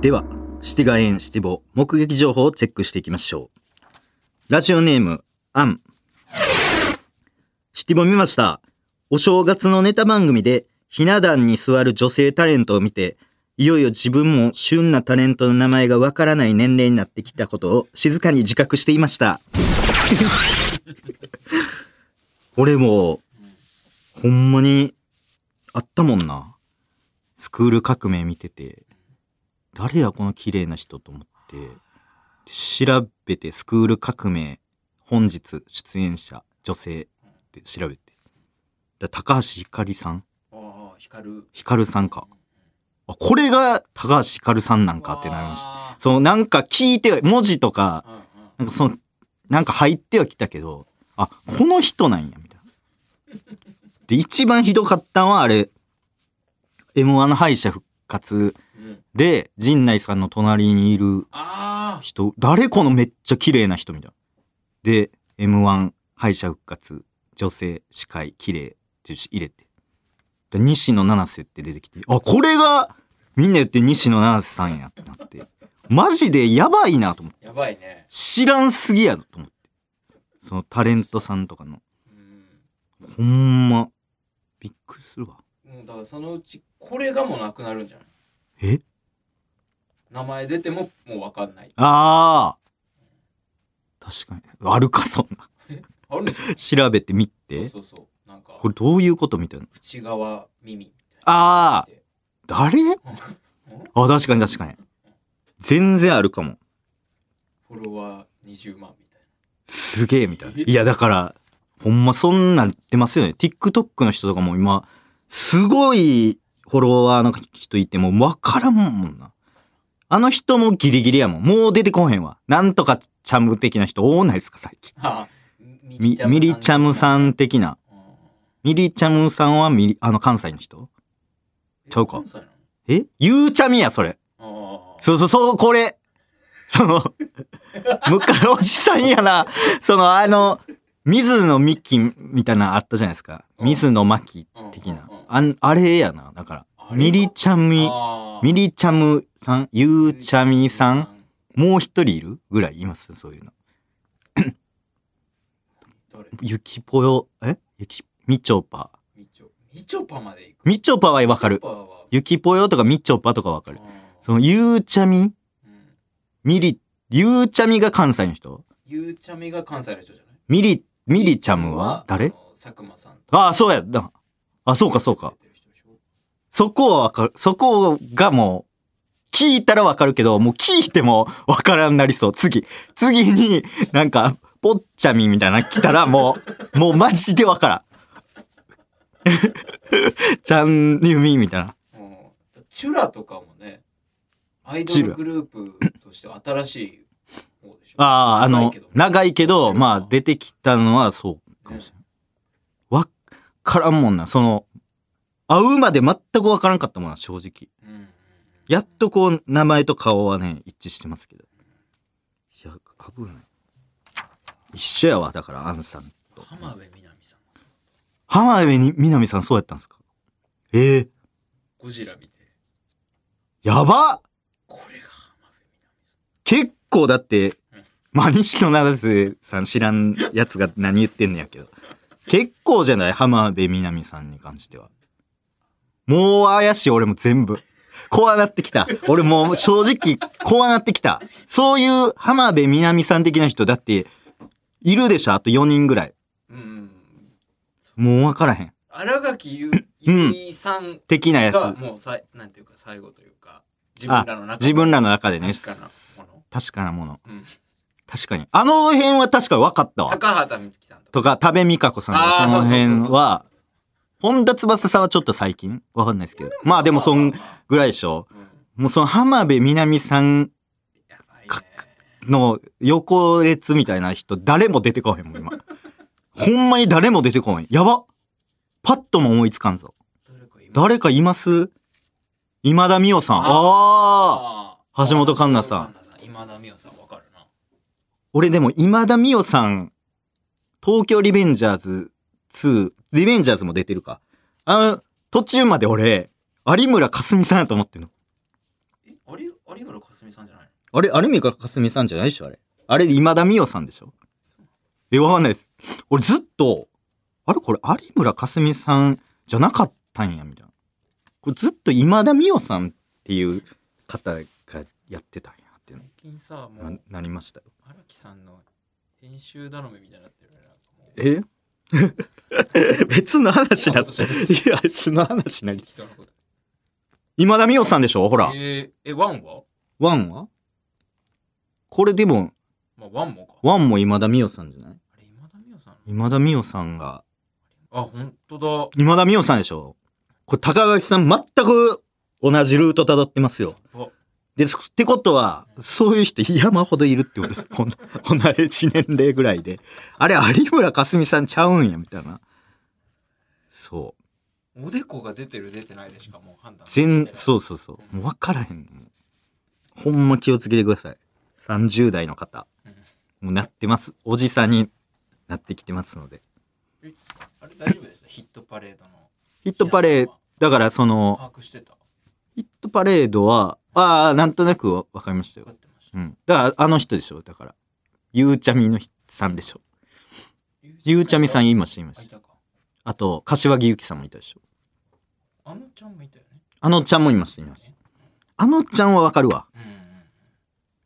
では、シティガエンシティボ目撃情報をチェックしていきましょう。ラジオネーム、アン、シティボ見ました。お正月のネタ番組で、ひな壇に座る女性タレントを見て、いよいよ自分も旬なタレントの名前がわからない年齢になってきたことを静かに自覚していました。 俺も、ほんまに、あったもんな。スクール革命見てて、誰やこの綺麗な人と思って、調べてスクール革命、本日出演者、女性って調べて。だ高橋ひかりさん
ああ、光る。
ひかるさんか。あ、これが高橋ひかるさんなんかってなりました。
た。
そう、なんか聞いては、文字とか、
う
な
んうん
んかその、なんか入ってはきたけど、あ、この人なんや、みたいな。で、一番ひどかったのはあれ、M1 の敗者復活
うん。
で、陣内さんの隣にいる
ああ。
人、誰このめっちゃ綺麗な人みたいな。で、M1 敗者復活、女性、司会、綺麗って入れて。で西野七瀬って出てきて、あ、これが、みんな言って西野七瀬さんやってなって、マジでやばいなと思って。
やばいね。
知らんすぎやろと思って。そのタレントさんとかの。
うん。
ほんま、びっくりするわ。
もうだからそのうちこれがもうなくなるんじゃない
え
名前出てももうわかんない。
ああ確かに。あるか、そんな。
あるんですよ。
調べてみ
そう
て。
そうそう。なんか
これどういうことみたいな。
内側耳みたいな。
ああ
して
誰 あ、確かに確かに。全然あるかも。
フォロワー20万みたい
すげえみたいな。いや、だから、ほんまそんなん出ますよね。TikTok の人とかも今、すごいフォロワーの人いてもわからんもんな。あの人もギリギリやもん。もう出てこへんわ。なんとかチャム的な人多ないですか、最近。
な。はあ、
みミリチャムさ
ん。
ん的な。
うん
ミリチャムさんはミリ、あの関西の人
え
ちゃうか
関西なの
えゆうちゃみや、それ。
ああ。
そうそうそう、これ。そ の、むかおじさんやな。その、あの、水野美紀みたいなのあったじゃないですか。
うん
水野真紀的な
うんうんうん。
あんあれやな。だから
あれ、か
ミリチャミ、
あー
ミリチャムさん、ゆうちゃみさん、。もう一人いるぐらいいますそういうの。
誰
ゆきぽよ、えゆき、みちょぱ。
みちょ、みちょぱまで行く。
みちょぱはわか
み
る
ち。ょぱは
ゆきぽよとかみちょぱとかわかる。
あー
その、ゆうちゃみ
うん
ミリ、ゆうちゃみが関西の人
ゆうちゃみが関西の人じゃない
ミリ、ミリチャムは誰
あの佐久間さん。
ああ、そうやった。あ、そうか、そうか。
出てる人でしょ。
そこはわかる。そこがもう、聞いたらわかるけど、もう聞いてもわからんなりそう。次。次に、なんか、ぽっちゃみみたいなの来たら、も う、もうマジでわからん。ち ゃんゆみみたいな。
うんチュラとかもね、アイドルグループとして新しい方でしょ。
ああ、あ
長い
の
けど、
長いけど、まあ、出てきたのはそうかもしれない。わっからんもんな。その、会うまで全くわからんかったもんな、正直。
うんうんうん
やっとこう、名前と顔はね、一致してますけど。いや、危ない。一緒やわ、だから、アンさん。
浜辺美波さんが
浜辺にみなみさんそうやったんですかええ
ゴジラ見て、
やばっ
これが浜辺美波さん。
結構だって、まあ、西野七瀬さん知らんやつが何言ってんのやけど。結構じゃない浜辺美波さんに関しては。もう怪しい、俺も全部。怖なってきた。俺もう正直、怖なってきた。そういう浜辺美波さん的な人だって、いるでしょあと4人ぐらい。
うんうんうん。
もう分からへん。
新垣ゆ
うん
ゆいさん
的なや
が
つ。
もうさい、なんていうか最後というか、自分らの中
自分らの中でね。
確かなもの。
確かなもの。
うん、
確かに。あの辺は確かに分かったわ。
高畑美月さんとか。
とか、多部未華子さんと
あ
か、
ー
その
そう
辺
そうそうそう
は、本田翼さんはちょっと最近わかんないですけど。まあでもそんぐらいでしょ。
うん
もうその浜辺美波さん
やばいね
かの横列みたいな人、誰も出てこへんもん、今。ほんまに誰も出てこへん。やばパッとも思いつかんぞ。
誰かいます
誰かいます今田美桜さん。ああ
あー
橋本環奈さん
橋本環奈さん。今田美桜さんわかるな。
俺でも今田美桜さん、東京リベンジャーズ2、リベンジャーズも出てるか。あの、途中まで俺、有村架純さんやと思ってんの。
え、有有村架純さんじゃないの
あれ、有村架純さんじゃないでしょあれ。あれ、今田美桜さんでしょえ、わかんないです。俺ずっと、あれこれ有村架純さんじゃなかったんや、みたいな。これずっと今田美桜さんっていう方がやってたんやっていう
最近さも
のな
う
なりましたよ。
荒木さんの編集頼みみたいになってるよねなんかもう
え 別の話だっ
あ
て。
そうそう
いや、別の話なり。
適当なこと
今田美桜さんでしょほら。
えー、えワンは
ワンはこれでも、
まあワンもか
ワンも今田美桜さんじゃない
あれ今田美桜さん
今田美桜さんが、
あ本当
今田美桜さんでしょこれ高垣さん全く同じルート辿ってますよ。
だあ
です。ってことは、そういう人山ほどいるってことです。ほん 同じ年齢ぐらいで。あれ、有村架純さんちゃうんや、みたいな。そう。
おでこが出てる出てないでしかもう判断
全、そううそうそう。もう分からへん。もうほんま気をつけてください。30代の方。もうなってます。おじさんになってきてますので。
あれ大丈夫ですヒットパレードの
ヒットパレード、だからその、
把握してた
ヒットパレードは、ああ、なんとなくわわかりましたよ
分か。ってました
うん。だから、あの人でしょだから。ゆうちゃみのひさんでしょゆうちゃみさん
い
今知りま
あい
した。
たか
あと、柏木由紀さんもいたでしょ。
あのちゃんもいたよね
あのちゃんもいました、いました。あのちゃんはわかるわ。
うんうんうん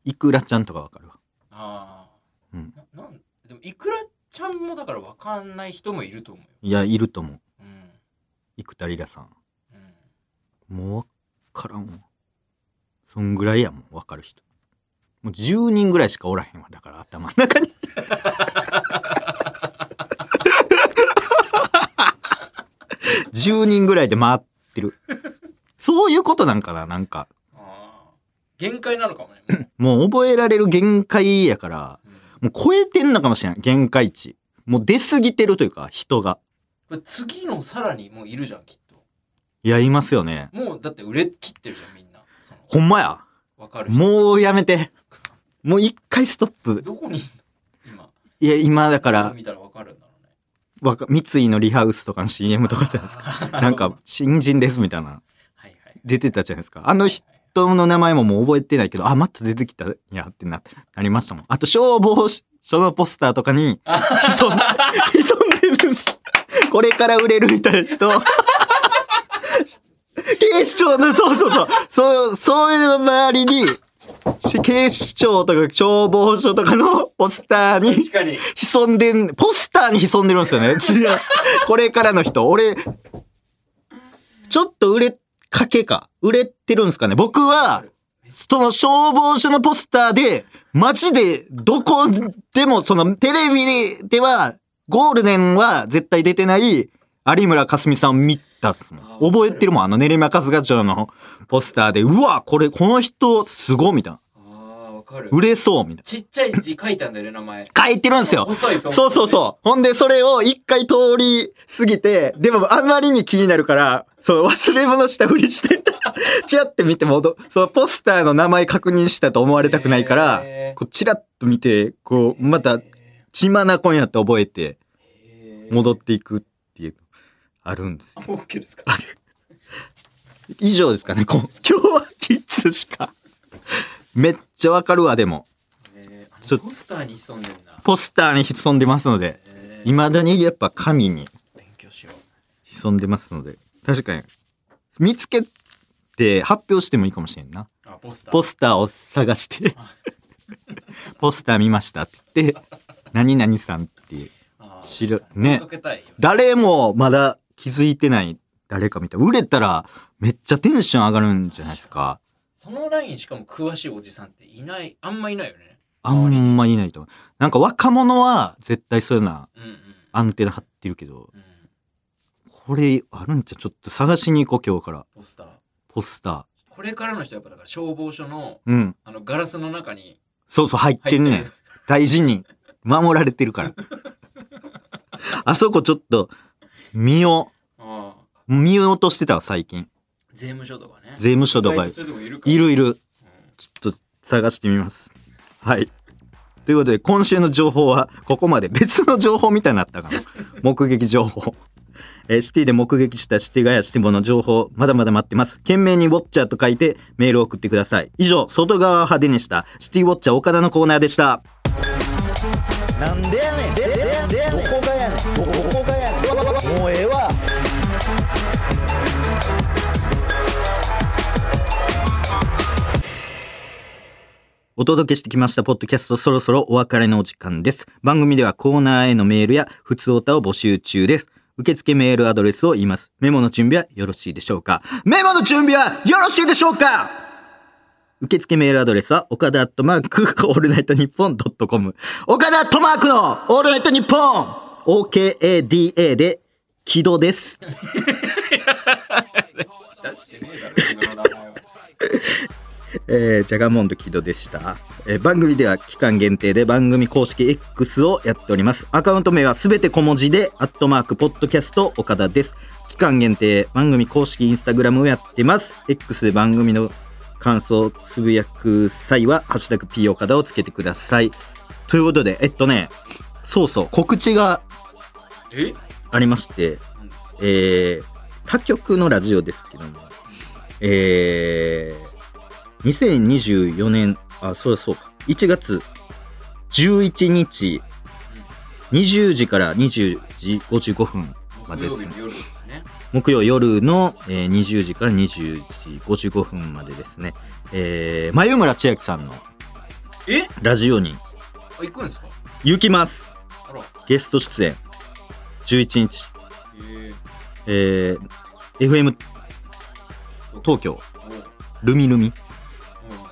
いくらちゃんとかわかるわ。
ああ、
うん
ななんでもいくらちゃんもだから分かんない人もいると思うよ
いや、いると思う。
うん
生田リラさん。
うん
もうわからんわ。そんぐらいやもん、わかる人。もう10人ぐらいしかおらへんわ。だから頭の中に。10人ぐらいで回ってる。そういうことなんかな、なんか。
ああ限界なのかもねもう
もう覚えられる限界やから、
うん
もう超えてんのかもしれん、限界値。もう出過ぎてるというか、人が。
これ次のさらにもういるじゃんきっと
いや、いますよね。
もうだって売れ切ってるじゃんみんなその
ほんまや。
分かる人
もうやめて。もう一回ストップ。
どこにいんの今
いや、今だから、
見たら分かるんだろうね
わか三井のリハウスとかの CM とかじゃない ですか。
か
なんか、新人ですみたいな、
はいはい
出てたじゃないですか。あの人の名前ももう覚えてないけど、あ、また出てきたんやってな、なりましたもん。あと、消防署のポスターとかに潜ん、潜んでるんです。これから売れるみたいな人。警視庁の、そうそうそう、そう、そういう周りに、し警視庁とか消防署とかのポスターに
確かに
潜んでん、ポスターに潜んでるんです よね。違う。これからの人、俺、ちょっと売れかけか。売れてるんですかね。僕は、その消防署のポスターで、街で、どこでも、そのテレビでは、ゴールデンは絶対出てない、有村架純さんを見たっすもん。覚えてるもん、あの練馬春日町のポスターで、うわ、これ、この人、すごい、みたいな。
ああ分かる
売れそう、みたいな。
ちっちゃい字書いたんだよね名前
書いてるんですよ。
細いペン
そうそうそう。ほんで、それを一回通り過ぎて、でもあまりに気になるから、そう、忘れ物したふりして、 チラって見て戻、そのポスターの名前確認したと思われたくないから
へー、
こう、チラッと見て、こう、また、血眼やって覚えて、
へー
戻っていくっていう、あるんですよ。
あもう OK ですか
以上ですかね、こう今日はキッズしか。めっちゃわかるわ、でも。
えー
ちょ
ポスターに潜んでんな
ポスターに潜んでますので、
えー
未だにやっぱ神に
勉強しよ
潜んでますので確かに見つけて発表してもいいかもしれんな
うあポスター
ポスターを探してポスター見ましたって言って何々さんっていう
あー
知る
確かに
ね
追っかけたいよ
誰もまだ気づいてない誰かみたい売れたらめっちゃテンション上がるんじゃないですか
そのラインしかも詳しいおじさんっていないあんまいないよね
あんまいないと思うなんか若者は絶対そういうのは
うんうん
アンテナ張ってるけど
うん
これあるんじゃうちょっと探しに行こう今日から
ポスター
ポスター
これからの人はやっぱだから消防署の
うん
あのガラスの中に
そうそう入ってんね
入っ
ん
てる
大事に守られてる から。あそこちょっと見よ
ああ
う、見ようとしてたわ最近。
税務署とかね
税務署とか
意外そういうとこいるから
いるいる。
うん
ちょっと探してみます。はい。ということで今週の情報はここまで別の情報みたいになった かな。目撃情報。えーシティで目撃したシティガヤシティボの情報、まだまだ待ってます。懸命にウォッチャーと書いてメールを送ってください。以上、外側を派手にしたシティウォッチャー岡田のコーナーでした。なんでやねんどこがやねんどこがやねんお届けしてきましたポッドキャストそろそろお別れのお時間です。番組ではコーナーへのメールや普通歌を募集中です。受付メールアドレスを言います。メモの準備はよろしいでしょうかメモの準備はよろしいでしょうか受付メールアドレスは、岡田アットマーク、オールナイトニッポンドットコム。岡田アットマークの、オールナイトニッポン !OKADA で、木戸です。
出してねえだろ君の名前は
えー、ジャガモンド木戸でした、えー番組では期間限定で番組公式 X をやっておりますアカウント名はすべて小文字でアットマークポッドキャスト岡田です期間限定番組公式インスタグラムをやってます X で番組の感想をつぶやく際は「ハッシュタグ #P 岡田」をつけてくださいということでえっとねそうそう告知が
え
ありまして
なんですか
えー他局のラジオですけども、えー2024年、あ、そうだそうか、1月11日、20時から20時55分、まあ
木曜日
で
の夜ですね
木曜夜の、えー20時から20時55分までですね、えー、眉村千秋さんの
え
ラジオに
あ行くんですか
行きます
あら
ゲスト出演、11日、え
え
ー FM 東京、
ー、おう
ルミルミ。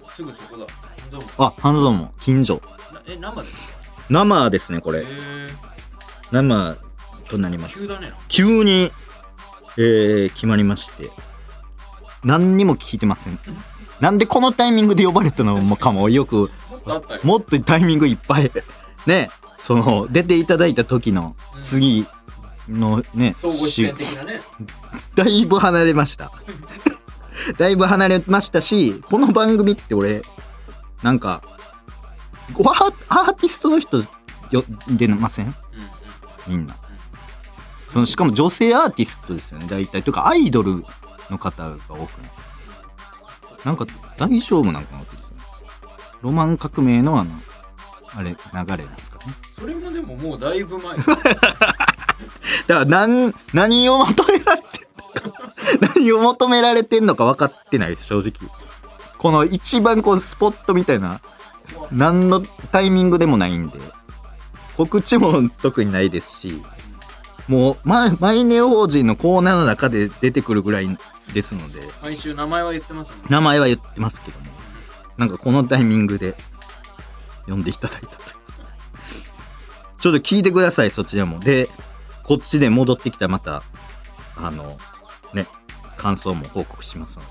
おうすぐそこだどうも
あ、ハンゾンも近所。
なえ生ですか
生ですね、こ
え
れ。
ー、
生となりま
急
す。
だね
急に、えー、決まりまして。何にも聞いてません。なんでこのタイミングで呼ばれたのもかもよく、
もっとあったよ
もっとタイミングいっぱい。ね、その、出ていただいた時の
うん
次のね、
総合視
週
点的なね
だいぶ離れました。 だいぶ離れましたし、この番組って俺、なんか、わーアーティストの人よ出ません
うんう
み
ん
んな。そのしかも女性アーティストですよね、大体。というか、アイドルの方が多くないなんか、大丈夫なんかなってですね。ロマン革命のあの、あれ、流れなんですかね。
それもでももうだいぶ前
だから何、何を求められてんのか、何を求められてんのか分かってないです、正直。この一番このスポットみたいな、何のタイミングでもないんで、告知も特にないですし、もう、ま、マイネオ法人のコーナーの中で出てくるぐらいですので、
毎週名前は言ってますもんね
名前は言ってますけども、なんかこのタイミングで呼んでいただいたと。ちょっと聞いてください、そっちでも。で、こっちで戻ってきたまた、あの、ね、感想も報告しますの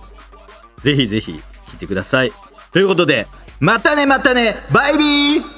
で、ぜひぜひ聞いてください。ということで、またねまたねバイビー